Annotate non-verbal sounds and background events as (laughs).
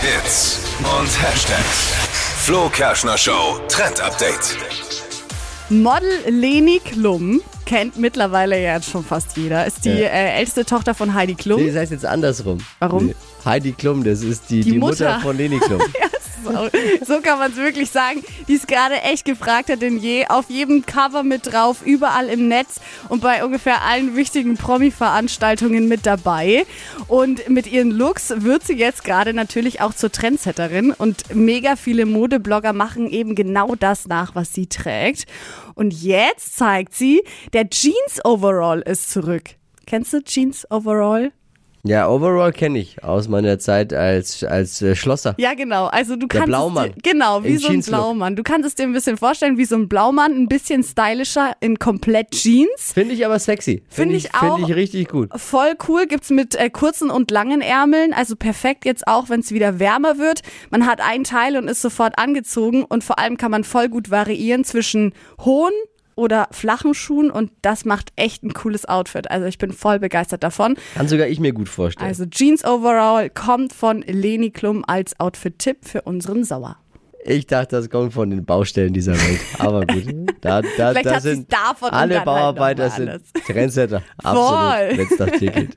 Hits und Hashtags. Flo Kerschner Show Trend Update. Model Leni Klum kennt mittlerweile ja jetzt schon fast jeder. Ist die Ja. äh, älteste Tochter von Heidi Klum. Nee, das heißt jetzt andersrum. Warum? Nee. Heidi Klum, das ist die, Die die, Mutter. Mutter. von Leni (laughs) Klum. So, so kann man es wirklich sagen. Die ist gerade echt gefragter denn je. Auf jedem Cover mit drauf, überall im Netz und bei ungefähr allen wichtigen Promi-Veranstaltungen mit dabei. Und mit ihren Looks wird sie jetzt gerade natürlich auch zur Trendsetterin. Und mega viele Modeblogger machen eben genau das nach, was sie trägt. Und jetzt zeigt sie, der Jeans-Overall ist zurück. Kennst du Jeans-Overall? ja, Overall kenne ich aus meiner Zeit als, als äh, Schlosser. Ja, genau. Also du Der kannst Blaumann. Es dir, genau, wie In so ein Jeanslook. Blaumann. Du kannst es dir ein bisschen vorstellen, wie so ein Blaumann, ein bisschen stylischer in komplett Jeans. Finde ich aber sexy. Finde ich auch. Finde ich richtig gut. Voll cool, gibt's mit äh, kurzen und langen Ärmeln, also perfekt jetzt auch, wenn es wieder wärmer wird. Man hat ein Teil und ist sofort angezogen und vor allem kann man voll gut variieren zwischen hohen oder flachen Schuhen und das macht echt ein cooles Outfit. Also ich bin voll begeistert davon. Kann sogar ich mir gut vorstellen. Also Jeans Overall kommt von Leni Klum als Outfit-Tipp für unseren Sauer. Ich dachte, das kommt von den Baustellen dieser Welt. Aber (laughs) gut, da, da, Vielleicht da hat sie's sind davon und alle dann halt Bauarbeiter noch mal sind alles. (laughs) Trendsetter. Absolut, wenn es nach dir geht.